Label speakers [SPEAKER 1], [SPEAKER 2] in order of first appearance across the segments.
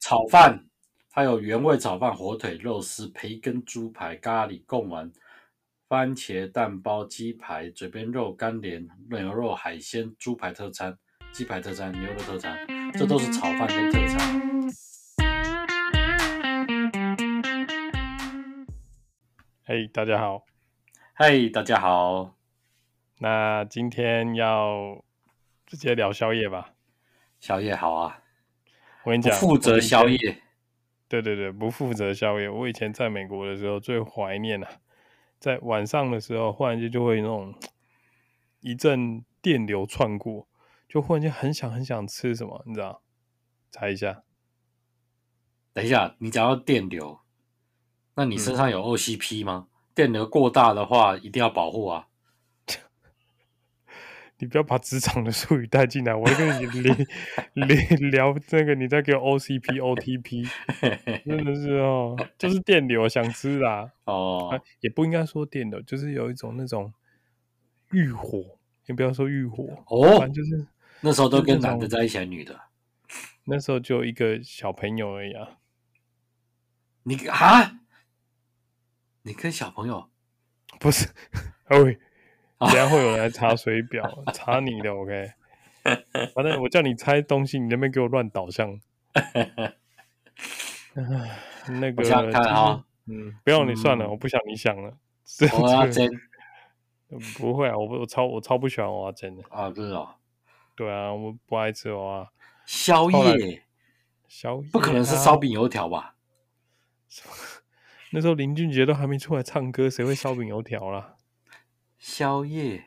[SPEAKER 1] 炒饭，它有原味炒饭、火腿、肉丝、培根、猪排、咖喱、贡丸、番茄蛋包、鸡排、嘴边肉、干莲、牛肉、海鲜、猪排特餐、鸡排特餐、牛肉特餐，这都是炒饭跟特餐。
[SPEAKER 2] 嘿、大家好。
[SPEAKER 1] 嗨，大家好，
[SPEAKER 2] 那今天要直接聊宵夜吧。
[SPEAKER 1] 宵夜好啊，
[SPEAKER 2] 我跟你
[SPEAKER 1] 不
[SPEAKER 2] 讲，
[SPEAKER 1] 负责
[SPEAKER 2] 我以前
[SPEAKER 1] 宵。夜，
[SPEAKER 2] 对对对，不负责宵夜。我以前在美国的时候最怀念啊，在晚上的时候，忽然间就会有那种一阵电流窜过，就忽然间很想很想吃什么，你知道？猜一下，
[SPEAKER 1] 等一下，你讲到电流，那你
[SPEAKER 2] 嗯
[SPEAKER 1] 身上有 OCP 吗？电流过大的话，一定要保护啊。
[SPEAKER 2] 你不要把职场的术语带进来，我在跟 你聊聊聊这个，你在给我 OCP、OTP，真的是哦，就是电流想吃啦、
[SPEAKER 1] 哦
[SPEAKER 2] 啊，，也不应该说电流，就是有一种那种欲火，也不要说欲火，
[SPEAKER 1] 哦
[SPEAKER 2] 反正就是
[SPEAKER 1] 那时候都
[SPEAKER 2] 就那
[SPEAKER 1] 跟男的
[SPEAKER 2] 种
[SPEAKER 1] 在一起，还是女的？
[SPEAKER 2] 那时候就有一个小朋友而已啊，
[SPEAKER 1] 你啊，你跟小朋友
[SPEAKER 2] 不是，喂，
[SPEAKER 1] 啊
[SPEAKER 2] 等一下会有人来查水表，查你的，OK。反正我叫你猜东西，你那边给我乱导 向。唉那个
[SPEAKER 1] 我想想看啊
[SPEAKER 2] 就是，嗯，不要你算了，
[SPEAKER 1] 嗯
[SPEAKER 2] 我不想你想了。这
[SPEAKER 1] 我要
[SPEAKER 2] 这
[SPEAKER 1] 真
[SPEAKER 2] 个 不会啊，我不我超我超不喜欢蚵仔煎的。
[SPEAKER 1] 啊，真的哦，
[SPEAKER 2] 对啊，我不爱吃蚵仔。
[SPEAKER 1] 宵
[SPEAKER 2] 后来
[SPEAKER 1] 夜
[SPEAKER 2] 宵夜、啊、
[SPEAKER 1] 不可能是烧饼油条吧？
[SPEAKER 2] 那时候林俊杰都还没出来唱歌，谁会烧饼油条啦？
[SPEAKER 1] 宵夜，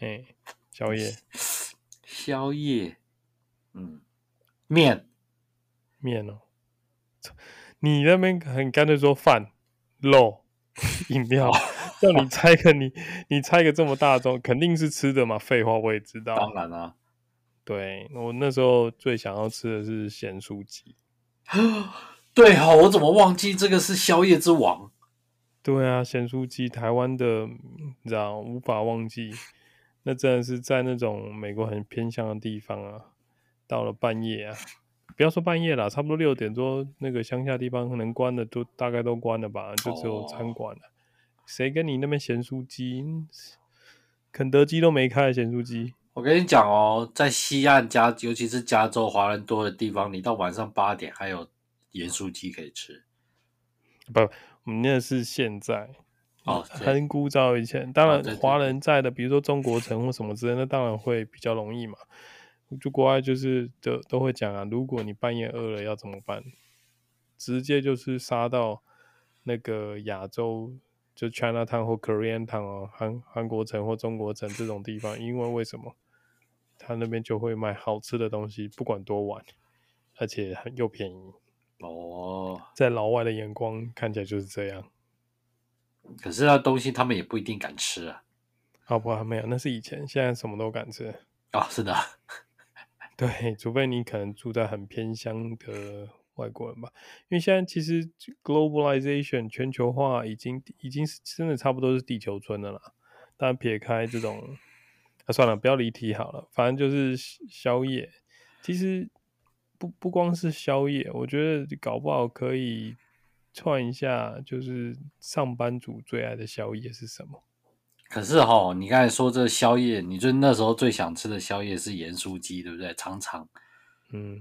[SPEAKER 2] 哎、宵 夜
[SPEAKER 1] 宵夜，嗯，面
[SPEAKER 2] 面哦，你那边很干脆说饭、肉、饮 料，叫你猜个你你猜个这么大众，肯定是吃的嘛，废话我也知
[SPEAKER 1] 当
[SPEAKER 2] 道。
[SPEAKER 1] 然啊啦、
[SPEAKER 2] 对我那时候最想要吃的是咸酥鸡。
[SPEAKER 1] 对哦，我怎么忘记这个是宵夜之王？
[SPEAKER 2] 对啊，咸酥鸡，台湾的，嗯你知道，无法忘记。那真的是在那种美国很偏乡的地方啊，到了半夜啊，不要说半夜啦，差不多六点多，那个乡下地方可能关的都大概都关了吧，就只有餐
[SPEAKER 1] 哦
[SPEAKER 2] 馆了、谁跟你那边咸酥鸡？肯德基都没开的咸酥鸡，
[SPEAKER 1] 我跟你讲哦，在西岸加，尤其是加州华人多的地方，你到晚上八点还有盐酥鸡可以吃
[SPEAKER 2] 不，我们那是现在，
[SPEAKER 1] 哦。对
[SPEAKER 2] 很古早以前，当
[SPEAKER 1] 哦
[SPEAKER 2] 然
[SPEAKER 1] 对对
[SPEAKER 2] 华
[SPEAKER 1] 对
[SPEAKER 2] 人在的，比如说中国城或什么之类，那当然会比较容易嘛。就国外就是都都会讲啊，如果你半夜饿了要怎么办？直接就是杀到那个亚洲，就 China Town 或 Korean Town 哦，韩韩国城或中国城这种地方，因为为什么？他那边就会卖好吃的东西，不管多晚，而且很又便宜。
[SPEAKER 1] 哦，
[SPEAKER 2] 在老外的眼光看起来就是这样。
[SPEAKER 1] 可是那东西他们也不一定敢吃啊。
[SPEAKER 2] 好不好？没有，那是以前，现在什么都敢吃。
[SPEAKER 1] 哦，是的啊，
[SPEAKER 2] 对，除非你可能住在很偏乡的外国人吧，因为现在其实 globalization 全球化已经已经是真的差不多是地球村的啦。但撇开这种，啊，算了，不要离题好了，反正就是宵宵夜。其实不不光是宵夜，我觉得搞不好可以串一下，就是上班族最爱的宵夜是什么？
[SPEAKER 1] 可是哈，你刚才说这宵夜，你就那时候最想吃的宵夜是盐酥鸡，对不对？常常，
[SPEAKER 2] 嗯，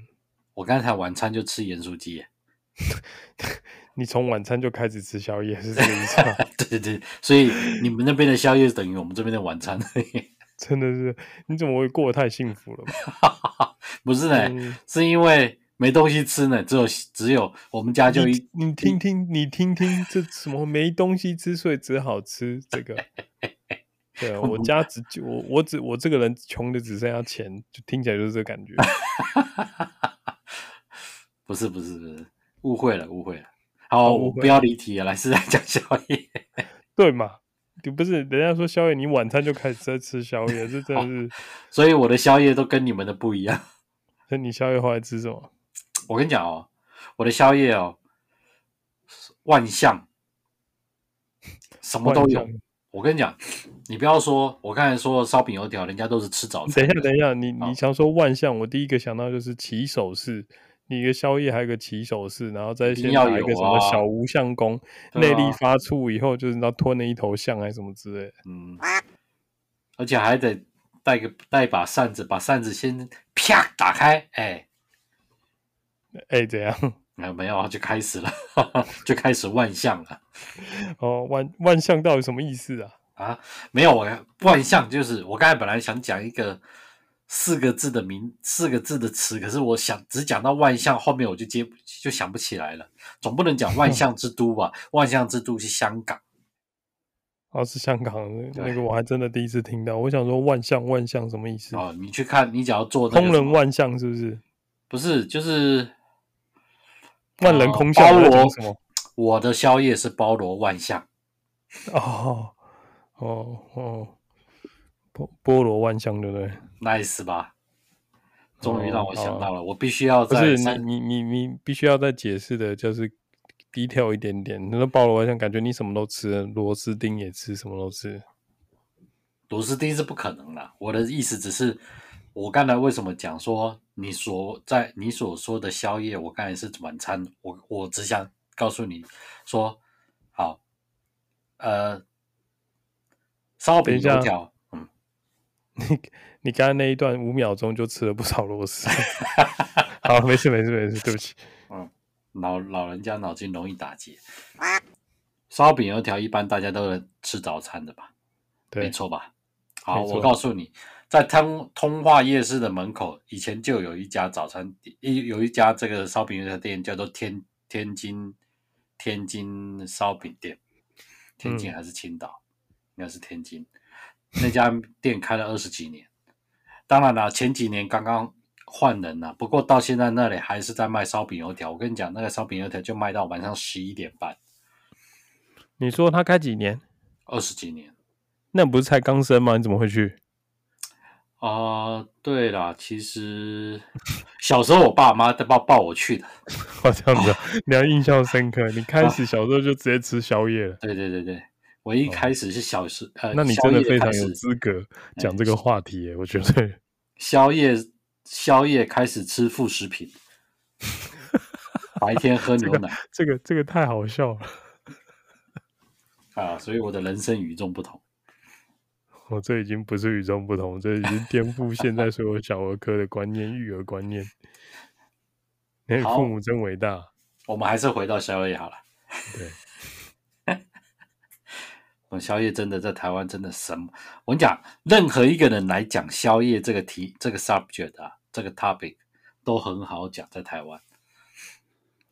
[SPEAKER 1] 我刚才晚餐就吃盐酥鸡耶，
[SPEAKER 2] 你从晚餐就开始吃宵夜是这个意思吗？
[SPEAKER 1] 对对对，所以你们那边的宵夜等于我们这边的晚餐，
[SPEAKER 2] 真的是，你怎么会过得太幸福了吧？
[SPEAKER 1] 不是呢，
[SPEAKER 2] 嗯
[SPEAKER 1] 是因为没东西吃呢，只有只有我们家就
[SPEAKER 2] 你
[SPEAKER 1] 一
[SPEAKER 2] 你听听，你听听，这什么没东西吃，所以只好吃 这个。对啊我家只就我我只我这个人穷的只剩下钱，就听起来就是这个感觉。
[SPEAKER 1] 不是不是不是，误会了误会了。好，
[SPEAKER 2] 哦误
[SPEAKER 1] 我
[SPEAKER 2] 会
[SPEAKER 1] 不要离题了，来是来讲宵夜。
[SPEAKER 2] 对嘛？你不是人家说宵夜，你晚餐就开始在吃宵夜，这真
[SPEAKER 1] 哦
[SPEAKER 2] 的是。
[SPEAKER 1] 所以我的宵夜都跟你们的不一样。
[SPEAKER 2] 那你宵夜后来吃什么？
[SPEAKER 1] 我跟你讲哦，我的宵夜哦，万象，什么都
[SPEAKER 2] 幻
[SPEAKER 1] 有
[SPEAKER 2] 想。
[SPEAKER 1] 我跟你讲，你不要说，我刚才说烧饼油条，人家都是吃早
[SPEAKER 2] 等
[SPEAKER 1] 餐
[SPEAKER 2] 一下，
[SPEAKER 1] 的。
[SPEAKER 2] 等一下，你你
[SPEAKER 1] 好
[SPEAKER 2] 想说万象，我第一个想到就是起手式，你一个宵夜还有个起手式，然后再
[SPEAKER 1] 一定
[SPEAKER 2] 先
[SPEAKER 1] 要
[SPEAKER 2] 打一个
[SPEAKER 1] 有
[SPEAKER 2] 什么
[SPEAKER 1] 啊
[SPEAKER 2] 小无相功，
[SPEAKER 1] 对
[SPEAKER 2] 内
[SPEAKER 1] 啊
[SPEAKER 2] 力发出以后就是你知道吞了一头象还是什么之类的。
[SPEAKER 1] 嗯，而且还得带个带把扇子，把扇子先啪打开，哎、
[SPEAKER 2] 哎，怎样？
[SPEAKER 1] 啊没有啊，就开始了， 就开始万象了
[SPEAKER 2] 哦，万万象到底什么意思啊？
[SPEAKER 1] 啊！没有我万象就是我刚才本来想讲一个四个字的名，四个字的词，可是我想只讲到万象，后面我就接不就想不起来了，总不能讲万象之都 吧？万象之都是香港，
[SPEAKER 2] 哦，是香港的
[SPEAKER 1] 对
[SPEAKER 2] 那个，我还真的第一次听到。我想说万象万象什么意思？
[SPEAKER 1] 哦，你去看，你只要做那个
[SPEAKER 2] 空
[SPEAKER 1] 什
[SPEAKER 2] 人
[SPEAKER 1] 么
[SPEAKER 2] 万象是不是？
[SPEAKER 1] 不是就是
[SPEAKER 2] 万人
[SPEAKER 1] 呃
[SPEAKER 2] 空巷
[SPEAKER 1] 包
[SPEAKER 2] 我在讲
[SPEAKER 1] 罗
[SPEAKER 2] 什么？
[SPEAKER 1] 我的宵夜是包罗万象。
[SPEAKER 2] 哦哦哦，菠菠萝万象对不对？
[SPEAKER 1] nice 吧？终于让我想到
[SPEAKER 2] 了，
[SPEAKER 1] 了，我必须要
[SPEAKER 2] 哦不
[SPEAKER 1] 在
[SPEAKER 2] 是
[SPEAKER 1] 三
[SPEAKER 2] 你你你你必须要再解释的，就是低调一点点。那包罗万象，感觉你什么都吃，螺丝钉也吃，什么都吃。
[SPEAKER 1] 螺丝钉是不可能啦。我的意思只是，我刚才为什么讲说你所在你所说的宵夜，我刚才是晚餐，我我只想告诉你说，好，呃，烧
[SPEAKER 2] 等
[SPEAKER 1] 饼
[SPEAKER 2] 一下啊
[SPEAKER 1] 油条，嗯，
[SPEAKER 2] 你刚刚那一段五秒钟就吃了不少螺丝。 好，没事没事没事，对不起。
[SPEAKER 1] 老老人家脑筋容易打结。烧饼油条一般大家都能吃早餐的吧？没
[SPEAKER 2] 对，
[SPEAKER 1] 错吧？好，
[SPEAKER 2] 没错
[SPEAKER 1] 我告诉你，在通通化夜市的门口，以前就有一家早餐店，一有一家这个烧饼的店，叫做天天津天津烧饼店，天津
[SPEAKER 2] 嗯
[SPEAKER 1] 还是青岛？应该是天津。那家店开了二十几年，当然啦，前几年刚刚换人了，不过到现在那里还是在卖烧饼油条。我跟你讲，那个烧饼油条就卖到晚上十一点半，
[SPEAKER 2] 你说他开几年？
[SPEAKER 1] 二十几年。
[SPEAKER 2] 那不是才刚生吗？你怎么会去？
[SPEAKER 1] 啊、对啦，其实 小时候我爸妈都抱抱我去的。
[SPEAKER 2] 哦，这样子啊， 你要印象深刻。你开始小时候就直接吃宵夜了，
[SPEAKER 1] 对对对对，我一开始是小时、呃，
[SPEAKER 2] 哦那你
[SPEAKER 1] 宵
[SPEAKER 2] 真的
[SPEAKER 1] 夜
[SPEAKER 2] 非
[SPEAKER 1] 开
[SPEAKER 2] 常有
[SPEAKER 1] 始哎
[SPEAKER 2] 资格讲这个话题耶，我觉得。
[SPEAKER 1] 宵夜宵夜开始吃副食 品，白天喝牛奶
[SPEAKER 2] 这个这个太好笑了，
[SPEAKER 1] 啊，所以我的人生与众不同。
[SPEAKER 2] 我、哦这已经不是与众不同，这已经颠覆现在所有小儿科的观念、育儿观念。哎，
[SPEAKER 1] 好
[SPEAKER 2] 父母真伟大，
[SPEAKER 1] 我们还是回到宵夜好了。
[SPEAKER 2] 对，
[SPEAKER 1] 我宵夜真的在台湾真的什么？我跟你讲，任何一个人来讲宵夜这个题、这个 subject 啊，这个 topic 都很好讲，在台湾。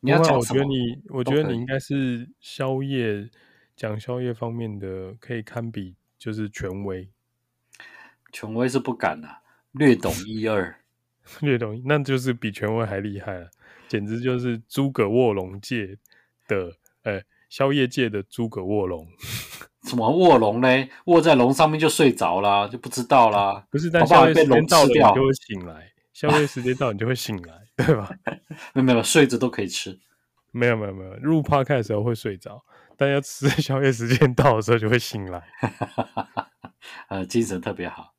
[SPEAKER 1] 你要
[SPEAKER 2] 不会啊
[SPEAKER 1] 讲
[SPEAKER 2] 我
[SPEAKER 1] 什
[SPEAKER 2] 觉
[SPEAKER 1] 么
[SPEAKER 2] 得？你，我
[SPEAKER 1] 都
[SPEAKER 2] 觉
[SPEAKER 1] 可
[SPEAKER 2] 得
[SPEAKER 1] 以
[SPEAKER 2] 你应该是宵夜讲宵夜方面的，可以堪比就是权威，
[SPEAKER 1] 权威是不敢啦、略懂一二。
[SPEAKER 2] 略懂，那就是比权威还厉害了，简直就是诸葛卧龙界的，呃，宵夜界的诸葛卧龙。
[SPEAKER 1] 什么卧龙呢？卧在龙上面就睡着啦，就不知道啦。
[SPEAKER 2] 不是，但
[SPEAKER 1] 搞不好
[SPEAKER 2] 宵夜
[SPEAKER 1] 被
[SPEAKER 2] 时间
[SPEAKER 1] 龙
[SPEAKER 2] 到了
[SPEAKER 1] 吃
[SPEAKER 2] 你
[SPEAKER 1] 掉
[SPEAKER 2] 就会醒来，宵夜时间到你就会醒来，对吧？
[SPEAKER 1] 没有没有，睡着都可以吃。
[SPEAKER 2] 没有没有没有，入 p 开的时候会睡着，但要吃宵夜时间到的时候就会醒来。
[SPEAKER 1] 呃，精神特别好。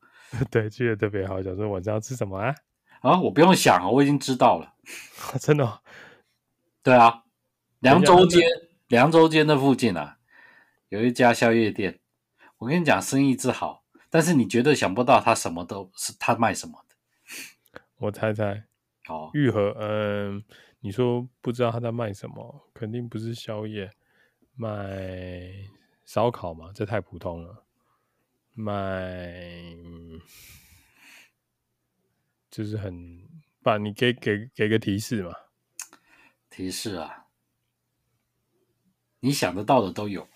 [SPEAKER 2] 对，记得特别好，想说晚上要吃什么啊？
[SPEAKER 1] 啊，我不用想啊，我已经知道了。
[SPEAKER 2] 真的哦、
[SPEAKER 1] 对啊，
[SPEAKER 2] 等
[SPEAKER 1] 凉
[SPEAKER 2] 一下
[SPEAKER 1] 州街，凉州街那附近啊，有一家宵夜店。我跟你讲，生意之好，但是你绝对想不到他什么都是他卖什么的。
[SPEAKER 2] 我猜猜，
[SPEAKER 1] 哦，
[SPEAKER 2] 愈合，嗯，你说不知道他在卖什么，肯定不是宵夜，卖烧烤嘛，这太普通了。卖就是很，爸，你给给给个提示嘛？
[SPEAKER 1] 提示啊，你想得到的都有。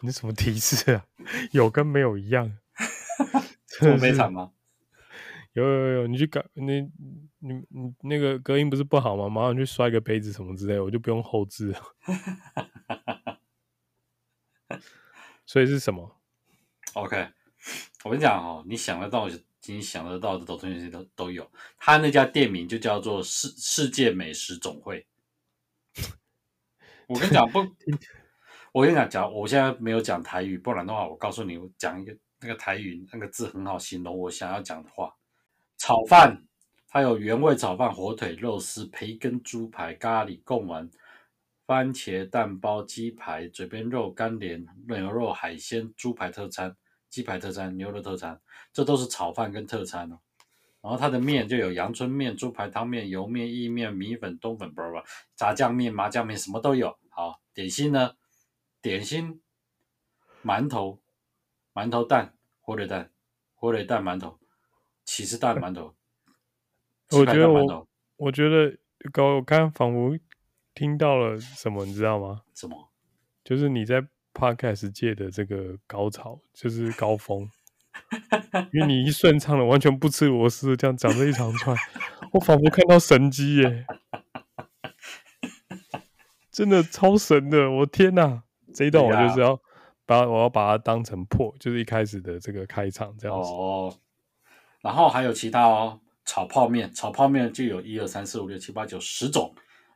[SPEAKER 2] 你什么提示啊？有跟没有一样？
[SPEAKER 1] 这
[SPEAKER 2] 真
[SPEAKER 1] 么
[SPEAKER 2] 的
[SPEAKER 1] 悲
[SPEAKER 2] 是
[SPEAKER 1] 惨吗？
[SPEAKER 2] 有有有，你去搞你你你那个隔音不是不好吗？马上去摔个杯子什么之类的，我就不用后置了。 所以是什么？
[SPEAKER 1] OK，我跟你讲哦，你想得到，你想得到的都东西都都有。他那家店名就叫做世世界美食总会。我跟你讲不，我跟你讲讲，我现在没有讲台语，不然的话，我告诉你，我讲一个那个台语那个字很好形容我想要讲的话：炒饭、它有原味炒饭、火腿、肉丝、培根、猪排、咖喱贡丸、番茄蛋包、鸡排、嘴边肉、干莲、牛肉、海鲜、猪排特餐、鸡排特餐、牛肉特餐，这都是炒饭跟特餐哦。然后它的面就有阳春面、猪排汤面、油面、意面、米粉、冬粉，不不不，炸酱面、麻酱面，什么都有。好，点心呢？点心，馒头，馒头蛋，火腿蛋，火腿蛋馒头，起司蛋馒头，
[SPEAKER 2] 我
[SPEAKER 1] 鸡排
[SPEAKER 2] 觉
[SPEAKER 1] 蛋
[SPEAKER 2] 得
[SPEAKER 1] 馒
[SPEAKER 2] 我
[SPEAKER 1] 头，
[SPEAKER 2] 我觉得高，我刚刚仿佛听到了什么，你知道吗？
[SPEAKER 1] 什么？
[SPEAKER 2] 就是你在 podcast 界的这个高潮，就是高峰，因为你一顺畅的完全不吃螺丝，这样讲这一长串，我仿佛看到神机耶，真的超神的，我天哪！这一段我就是要把我要把它当成破，就是一开始的这个开场这样子。
[SPEAKER 1] 哦，然后还有其他哦，炒泡面，炒泡面就有一二三四五六七八九十种，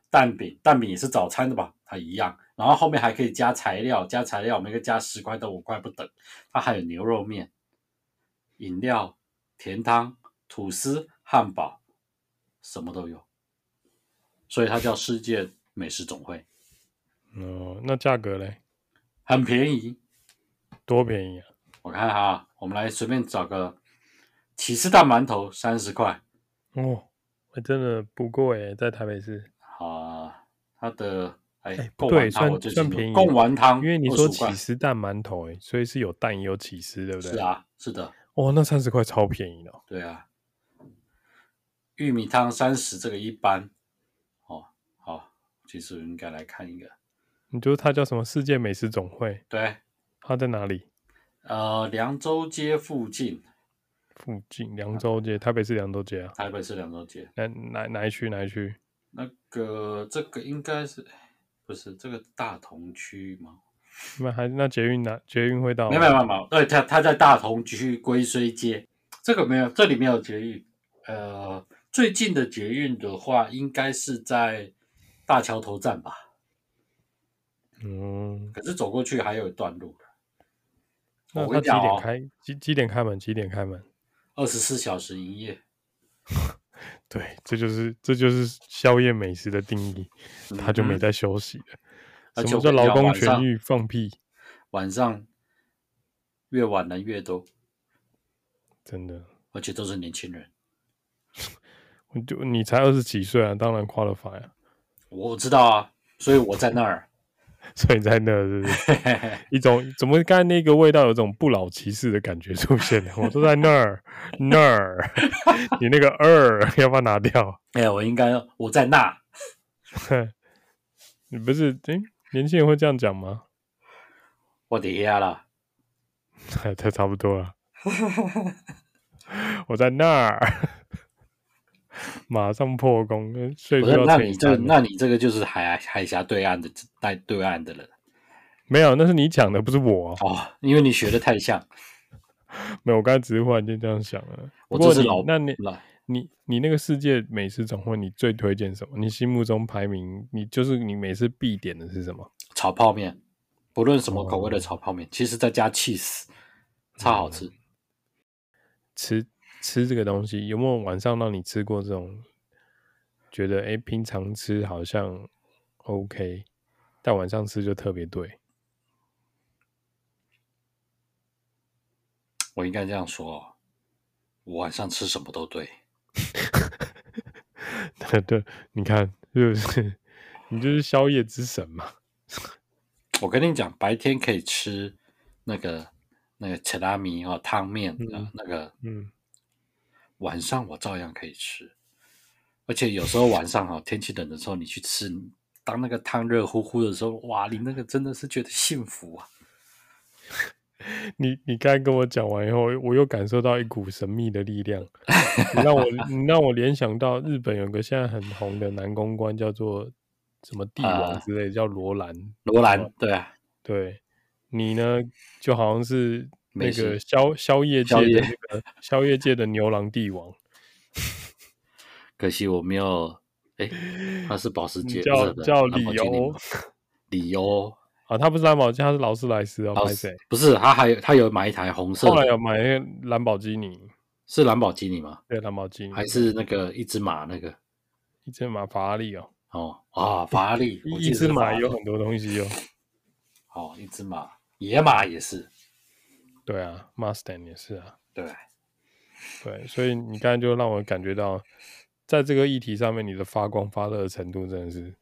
[SPEAKER 1] 蛋饼，蛋饼也是早餐的吧？它一样，然后后面还可以加材料，加材料每个加十块到五块不等，它还有牛肉面、饮料、甜汤、吐司、汉堡，什么都有，所以它叫世界美食总会，
[SPEAKER 2] 哦、那价格嘞？
[SPEAKER 1] 很便宜。
[SPEAKER 2] 多便宜啊！
[SPEAKER 1] 我看哈，我们来随便找个起司蛋馒头三十块。
[SPEAKER 2] 哦，欸真的不贵耶，在台北市。
[SPEAKER 1] 啊，它的哎
[SPEAKER 2] 哎，，
[SPEAKER 1] 贡
[SPEAKER 2] 不
[SPEAKER 1] 丸
[SPEAKER 2] 对，
[SPEAKER 1] 汤
[SPEAKER 2] 算
[SPEAKER 1] 我最
[SPEAKER 2] 算
[SPEAKER 1] 清楚
[SPEAKER 2] 便宜，
[SPEAKER 1] 贡丸汤
[SPEAKER 2] 因为你
[SPEAKER 1] 25
[SPEAKER 2] 说
[SPEAKER 1] 块
[SPEAKER 2] 起司蛋馒头，哎，所以是有蛋也有起司，对不对？
[SPEAKER 1] 是。啊，是的，
[SPEAKER 2] 哦，那三十块超便宜的哦。
[SPEAKER 1] 对啊，玉米汤三十这个一般哦，好，其实我应该来看一个，
[SPEAKER 2] 你就它叫什么世界美食总会？
[SPEAKER 1] 对，
[SPEAKER 2] 它在哪里？
[SPEAKER 1] 呃，凉州街附近，
[SPEAKER 2] 附近凉州街，台北市凉州街啊。
[SPEAKER 1] 台北市凉州街，
[SPEAKER 2] 哪哪哪一区？哪一区？
[SPEAKER 1] 那个这个应该是不是这个大同区吗？
[SPEAKER 2] 那还那捷运哪？捷运会到？
[SPEAKER 1] 没有没有没有没有，对，他他在大同区龟虽街，这个没有，这里没有捷运。呃，最近的捷运的话，应该是在大桥头站吧？
[SPEAKER 2] 嗯，
[SPEAKER 1] 可是走过去还有一段路
[SPEAKER 2] 那
[SPEAKER 1] 我跟
[SPEAKER 2] 它
[SPEAKER 1] 你
[SPEAKER 2] 几
[SPEAKER 1] 讲
[SPEAKER 2] 点
[SPEAKER 1] 哦，
[SPEAKER 2] 开？几几点开门？几点开门？
[SPEAKER 1] 二十四小时营业。
[SPEAKER 2] 对，这就是这就是宵夜美食的定义，他就没
[SPEAKER 1] 嗯
[SPEAKER 2] 在休息了。
[SPEAKER 1] 而
[SPEAKER 2] 什
[SPEAKER 1] 且
[SPEAKER 2] 么
[SPEAKER 1] 我
[SPEAKER 2] 叫
[SPEAKER 1] 跟你讲，
[SPEAKER 2] 劳工
[SPEAKER 1] 晚
[SPEAKER 2] 权
[SPEAKER 1] 上
[SPEAKER 2] 益放屁？
[SPEAKER 1] 晚上越晚人越多，
[SPEAKER 2] 真的，
[SPEAKER 1] 而且都是年轻人。
[SPEAKER 2] 我就你才二十几岁啊，当然 qualify 啊，
[SPEAKER 1] 我知道啊，所以我在那儿。
[SPEAKER 2] 所以你在那儿是不是一种怎么刚才那个味道有种不老骑士的感觉出现了？我都在那儿那儿， 你那个二要不要拿掉？
[SPEAKER 1] 哎、我应该我在那。
[SPEAKER 2] 你不是诶、年轻人会这样讲吗？
[SPEAKER 1] 我底下了，
[SPEAKER 2] 这差不多了，我在那儿，马上破功，呃岁
[SPEAKER 1] 不
[SPEAKER 2] 数
[SPEAKER 1] 是？
[SPEAKER 2] 要
[SPEAKER 1] 那
[SPEAKER 2] 乘以
[SPEAKER 1] 你这，
[SPEAKER 2] 三了。
[SPEAKER 1] 那你这个就是海海峡对岸的在对岸的人。
[SPEAKER 2] 没有，那是你讲的，不是我啊。
[SPEAKER 1] 哦，因为你学的太像，
[SPEAKER 2] 没有，我刚才只是忽然间这样想了。
[SPEAKER 1] 我
[SPEAKER 2] 不
[SPEAKER 1] 这
[SPEAKER 2] 过
[SPEAKER 1] 是
[SPEAKER 2] 你
[SPEAKER 1] 老
[SPEAKER 2] 那你
[SPEAKER 1] 老
[SPEAKER 2] 你你那个世界美食总会，你最推荐什么？你心目中排名，你就是你每次必点的是什么？
[SPEAKER 1] 炒泡面，不论什么口味的
[SPEAKER 2] 哦嗯
[SPEAKER 1] 炒泡面，其实再加 cheese，超好吃。
[SPEAKER 2] 吃吃这个东西，有没有晚上让你吃过这种？觉得诶平常吃好像 OK，但晚上吃就特别对。
[SPEAKER 1] 我应该这样说哦，我晚上吃什么都对。
[SPEAKER 2] 对对，你看，就是 你就是宵夜之神嘛。
[SPEAKER 1] 我跟你讲，白天可以吃那个那个切拉米哦汤面的、
[SPEAKER 2] 嗯
[SPEAKER 1] 那个，
[SPEAKER 2] 嗯，
[SPEAKER 1] 晚上我照样可以吃。而且有时候晚上哈、哦，天气冷的时候，你去吃，当那个汤热乎乎的时候，哇，你那个真的是觉得幸福啊！
[SPEAKER 2] 你你刚才跟我讲完以后，我又感受到一股神秘的力量，你让我 你让我联想到日本有个现在很红的男公关叫做什么帝王
[SPEAKER 1] 啊
[SPEAKER 2] 之类的，叫罗兰。
[SPEAKER 1] 罗
[SPEAKER 2] 哦
[SPEAKER 1] 兰，对啊，
[SPEAKER 2] 对你呢，就好像是
[SPEAKER 1] 美
[SPEAKER 2] 那
[SPEAKER 1] 食
[SPEAKER 2] 个宵宵夜界
[SPEAKER 1] 宵夜
[SPEAKER 2] 的那个宵夜界的牛郎帝王，
[SPEAKER 1] 可惜我没有，哎，他是保时捷，不
[SPEAKER 2] 叫
[SPEAKER 1] 是不是
[SPEAKER 2] 叫
[SPEAKER 1] 兰博
[SPEAKER 2] 李
[SPEAKER 1] 基尼
[SPEAKER 2] 欧
[SPEAKER 1] 吗？理由
[SPEAKER 2] 啊，他不是兰博基尼，他是劳斯莱斯哦，
[SPEAKER 1] 哦，
[SPEAKER 2] 拍谁？
[SPEAKER 1] 不是，他还有他有买一台红色
[SPEAKER 2] 后来嗯
[SPEAKER 1] 的，
[SPEAKER 2] 有买那个兰博基尼，
[SPEAKER 1] 是兰博基尼吗？
[SPEAKER 2] 对，蓝宝基尼
[SPEAKER 1] 还是那个一只马那个？
[SPEAKER 2] 一只马法拉利哦，
[SPEAKER 1] 哦啊，法拉利，我
[SPEAKER 2] 一
[SPEAKER 1] 记
[SPEAKER 2] 一
[SPEAKER 1] 得是
[SPEAKER 2] 只
[SPEAKER 1] 法
[SPEAKER 2] 马
[SPEAKER 1] 拉利
[SPEAKER 2] 有很多东西哦。
[SPEAKER 1] 哦，一只马，野马也是，
[SPEAKER 2] 对啊，Mustang 也是啊，
[SPEAKER 1] 对，
[SPEAKER 2] 对，所以你刚才就让我感觉到，在这个议题上面，你的发光发热的程度真的是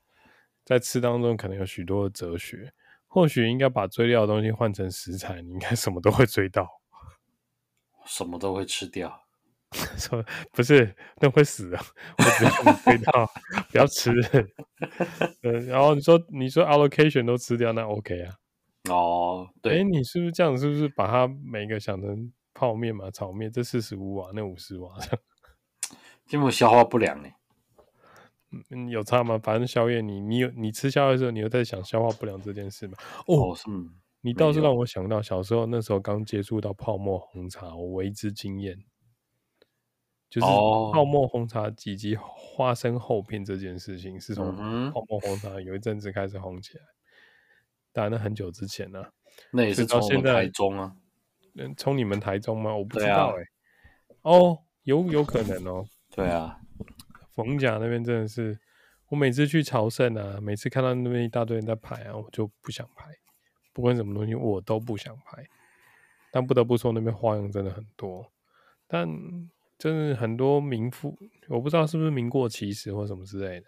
[SPEAKER 2] 在吃当中可能有许多的哲学。或许应该把追掉的东西换成食材，你应该什么都会追到。
[SPEAKER 1] 什么都会吃掉。
[SPEAKER 2] 说不是，那会死的。我只要你推到，不要吃。 呃，然后你说你说 allocation 都吃掉，那 OK 啊？
[SPEAKER 1] 哦，
[SPEAKER 2] 哎，
[SPEAKER 1] 对，
[SPEAKER 2] 你是不是这样？是不是把它每个想成泡面嘛、炒面？这四十五瓦，那五十瓦，
[SPEAKER 1] 因为我消化不良呢。
[SPEAKER 2] 嗯，有差吗？反正宵夜你你有你吃宵夜的时候，你又在想消化不良这件事嘛？
[SPEAKER 1] 哦，是，嗯
[SPEAKER 2] 你
[SPEAKER 1] 没
[SPEAKER 2] 倒是
[SPEAKER 1] 有
[SPEAKER 2] 让我想到小时候那时候刚接触到泡沫红茶，我为之惊艳，就是
[SPEAKER 1] 哦
[SPEAKER 2] 泡沫红茶以及花生厚片这件事情，是从
[SPEAKER 1] 嗯哼
[SPEAKER 2] 泡沫红茶有一阵子开始红起来，当然那很久之前呢、
[SPEAKER 1] 那也是
[SPEAKER 2] 所以到
[SPEAKER 1] 从我们
[SPEAKER 2] 现在
[SPEAKER 1] 台中啊。
[SPEAKER 2] 嗯，从你们台中吗？我不知
[SPEAKER 1] 对啊
[SPEAKER 2] 道哎、哦，有有可能哦，
[SPEAKER 1] 对啊，
[SPEAKER 2] 逢甲那边真的是，我每次去朝圣啊，每次看到那边一大堆人在排啊，我就不想排，不管什么东西我都不想排。但不得不说，那边花样真的很多，但真的很多名副，我不知道是不是名过其实或什么之类的。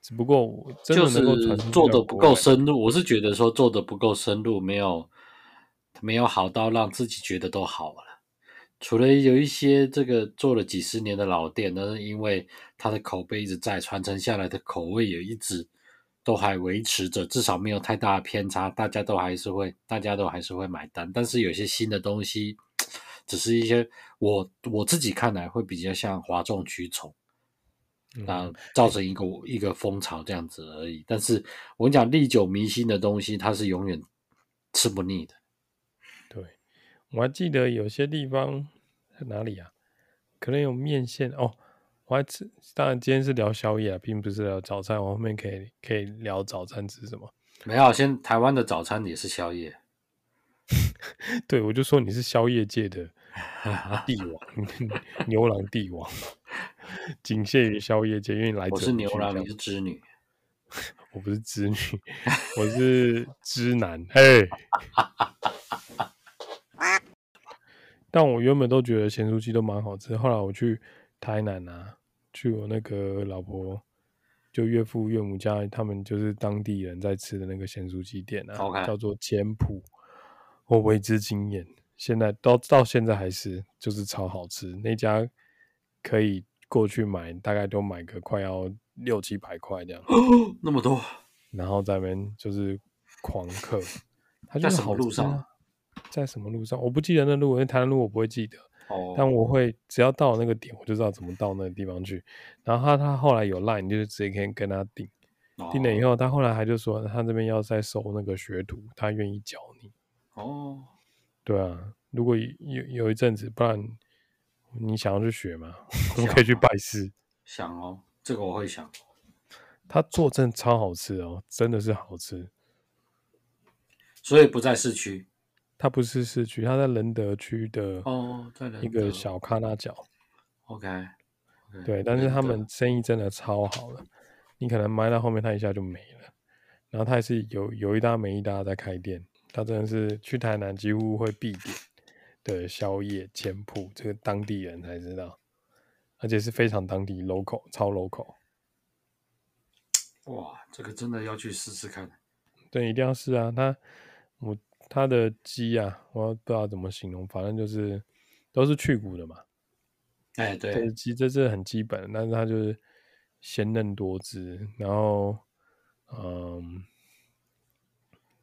[SPEAKER 2] 只不过我真的
[SPEAKER 1] 就
[SPEAKER 2] 能
[SPEAKER 1] 是
[SPEAKER 2] 够传出去
[SPEAKER 1] 做
[SPEAKER 2] 到
[SPEAKER 1] 的不
[SPEAKER 2] 国
[SPEAKER 1] 够
[SPEAKER 2] 外
[SPEAKER 1] 深入。我是觉得说做的不够深入，没有没有好到让自己觉得都好了。除了有一些这个做了几十年的老店，但是因为它的口碑一直在传承下来的口味也一直都还维持着，至少没有太大的偏差，大家都还是会，大家都还是会买单。但是有些新的东西，只是一些我我自己看来会比较像哗众取宠。
[SPEAKER 2] 嗯
[SPEAKER 1] 啊，造成一个一个风潮这样子而已。但是我跟你讲，历久弥新的东西，它是永远吃不腻的。
[SPEAKER 2] 对，我还记得有些地方在哪里啊？可能有面线哦。我还吃，当然今天是聊宵夜啊，并不是聊早餐。我后面可以可以聊早餐吃什么。
[SPEAKER 1] 没有，现在台湾的早餐也是宵夜，
[SPEAKER 2] 对，我就说你是宵夜界的 帝王， 牛郎帝王，仅限于宵夜界，因为你来者
[SPEAKER 1] 我是
[SPEAKER 2] 不
[SPEAKER 1] 牛
[SPEAKER 2] 拒
[SPEAKER 1] 郎，
[SPEAKER 2] 这
[SPEAKER 1] 你
[SPEAKER 2] 样
[SPEAKER 1] 是织女。
[SPEAKER 2] 我不是织女， 我是织男。嘿， 但我原本都觉得咸酥鸡都蛮好吃，后来我去台南啊，去我那个老婆就岳父岳母家，他们就是当地人在吃的那个咸酥鸡店啊
[SPEAKER 1] OK
[SPEAKER 2] 叫做简朴，我为之惊艳。现在到到现在还是就是超好吃，那家可以过去买，大概都买个快要六七百块这样。
[SPEAKER 1] 那么多，
[SPEAKER 2] 然后在那边就是狂嗑。他
[SPEAKER 1] 在
[SPEAKER 2] 就是
[SPEAKER 1] 什么
[SPEAKER 2] 好
[SPEAKER 1] 路
[SPEAKER 2] 吃
[SPEAKER 1] 上
[SPEAKER 2] 啊？在什么路上？我不记得那路，因为台南路我不会记得，但
[SPEAKER 1] 哦，
[SPEAKER 2] 我会只要到了那个点，我就知道怎么到那个地方去。然后他他后来有 line，你就直接可以跟他订，
[SPEAKER 1] 哦
[SPEAKER 2] 订了以后，他后来还就说他这边要再收那个学徒，他愿意教你。
[SPEAKER 1] 哦，
[SPEAKER 2] 对啊，如果有有有一阵子，不然你想要去学嘛， 我们可以
[SPEAKER 1] 啊
[SPEAKER 2] 去拜师。
[SPEAKER 1] 想哦，这个我会想。
[SPEAKER 2] 他做真的超好吃哦，真的是好吃。
[SPEAKER 1] 所以不在市区
[SPEAKER 2] 它不是市区，它在仁德区的
[SPEAKER 1] 哦，在仁
[SPEAKER 2] 一个
[SPEAKER 1] 德
[SPEAKER 2] 小咖那角。
[SPEAKER 1] ，OK，,
[SPEAKER 2] 对，但是他们
[SPEAKER 1] 仁
[SPEAKER 2] 生意真的超好的，你可能卖到后面，它一下就没了。然后它也是有有一搭没一搭在开店，它真的是去台南几乎会必点的宵夜前铺，这个当地人才知道，而且是非常当地 local 超 local。
[SPEAKER 1] 德哇，这个真的要去试试看。
[SPEAKER 2] 对，一定要试啊！它我它的鸡啊，我不知道怎么形容，反正就是都是去骨的嘛，
[SPEAKER 1] 哎，
[SPEAKER 2] 这
[SPEAKER 1] 对
[SPEAKER 2] 是，基，这是很基本的，但是它就是鲜嫩多汁，然后，嗯，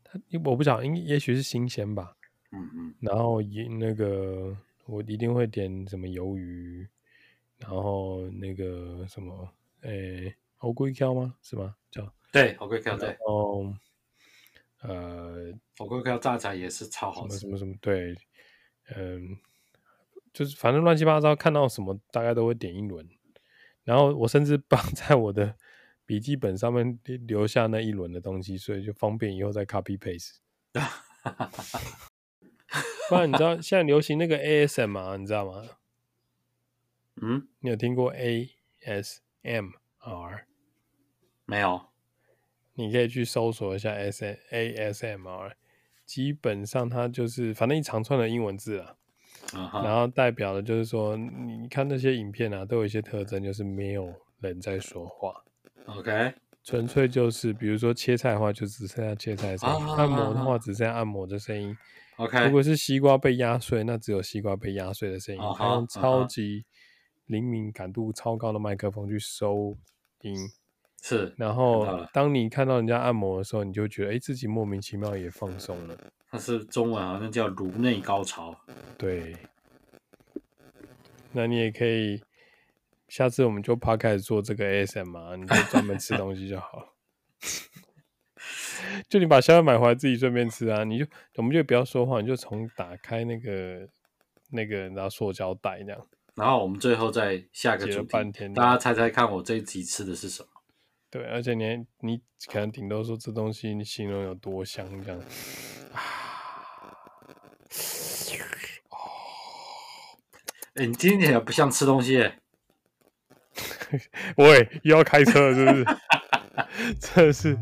[SPEAKER 2] 它我不晓得，应也许是新鲜吧，
[SPEAKER 1] 嗯嗯，
[SPEAKER 2] 然后也那个我一定会点什么鱿鱼，然后那个什么，诶、欧龟壳吗？是吗？叫，
[SPEAKER 1] 对，火龟壳，
[SPEAKER 2] 然
[SPEAKER 1] 对，
[SPEAKER 2] 后，呃，
[SPEAKER 1] 火龟壳榨菜也是超
[SPEAKER 2] 什
[SPEAKER 1] 好
[SPEAKER 2] 么
[SPEAKER 1] 吃
[SPEAKER 2] 什。么什么，对，嗯，就是反正乱七八糟，看到什么大概都会点一轮。然后我甚至帮 在我的笔记本上面留留下那一轮的东西，所以就方便以后再 copy paste。不然你知道现在流行那个 ASM 啊，你知道吗？
[SPEAKER 1] 嗯，
[SPEAKER 2] 你有听过 ASMR？
[SPEAKER 1] 没有，
[SPEAKER 2] 你可以去搜索一下 S ASMR，基本上它就是反正一长串的英文字啊，
[SPEAKER 1] 嗯
[SPEAKER 2] 然
[SPEAKER 1] 哼，
[SPEAKER 2] 后代表的就是说，你你看那些影片啊，都有一些特征，就是没有人在说话，
[SPEAKER 1] ，OK，
[SPEAKER 2] 纯粹就是比如说切菜的话，就只剩下切菜的声音；
[SPEAKER 1] 啊哎
[SPEAKER 2] 按摩的话，只剩下按摩的声音。
[SPEAKER 1] OK
[SPEAKER 2] 如果是西瓜被压碎，那只有西瓜被压碎的声音。
[SPEAKER 1] 啊哈
[SPEAKER 2] 它用
[SPEAKER 1] 啊
[SPEAKER 2] 超
[SPEAKER 1] 哈
[SPEAKER 2] 级灵敏感度超高的麦克风去收音，
[SPEAKER 1] 是，看
[SPEAKER 2] 然
[SPEAKER 1] 到
[SPEAKER 2] 后
[SPEAKER 1] 了
[SPEAKER 2] 当你看到人家按摩的时候，你就觉得哎，诶自己莫名其妙也放松了。
[SPEAKER 1] 它是中文好像叫颅内高潮。
[SPEAKER 2] 对，那你也可以，下次我们就 p 开始做这个 ASM 啊，你就专门吃东西就好了。 就你把宵夜买回来自己顺便吃啊，你就我们就不要说话，你就从打开那个那个拿塑胶袋这样，
[SPEAKER 1] 然后我们最后再下个
[SPEAKER 2] 解
[SPEAKER 1] 主
[SPEAKER 2] 了
[SPEAKER 1] 题，
[SPEAKER 2] 半天
[SPEAKER 1] 大家猜猜看我这一集吃的是什么？
[SPEAKER 2] 对，而且你还你可能顶多说这东西你形容有多香这样，
[SPEAKER 1] 哎，你今天也不像吃东西耶，
[SPEAKER 2] 喂，又要开车了是不是？真的是。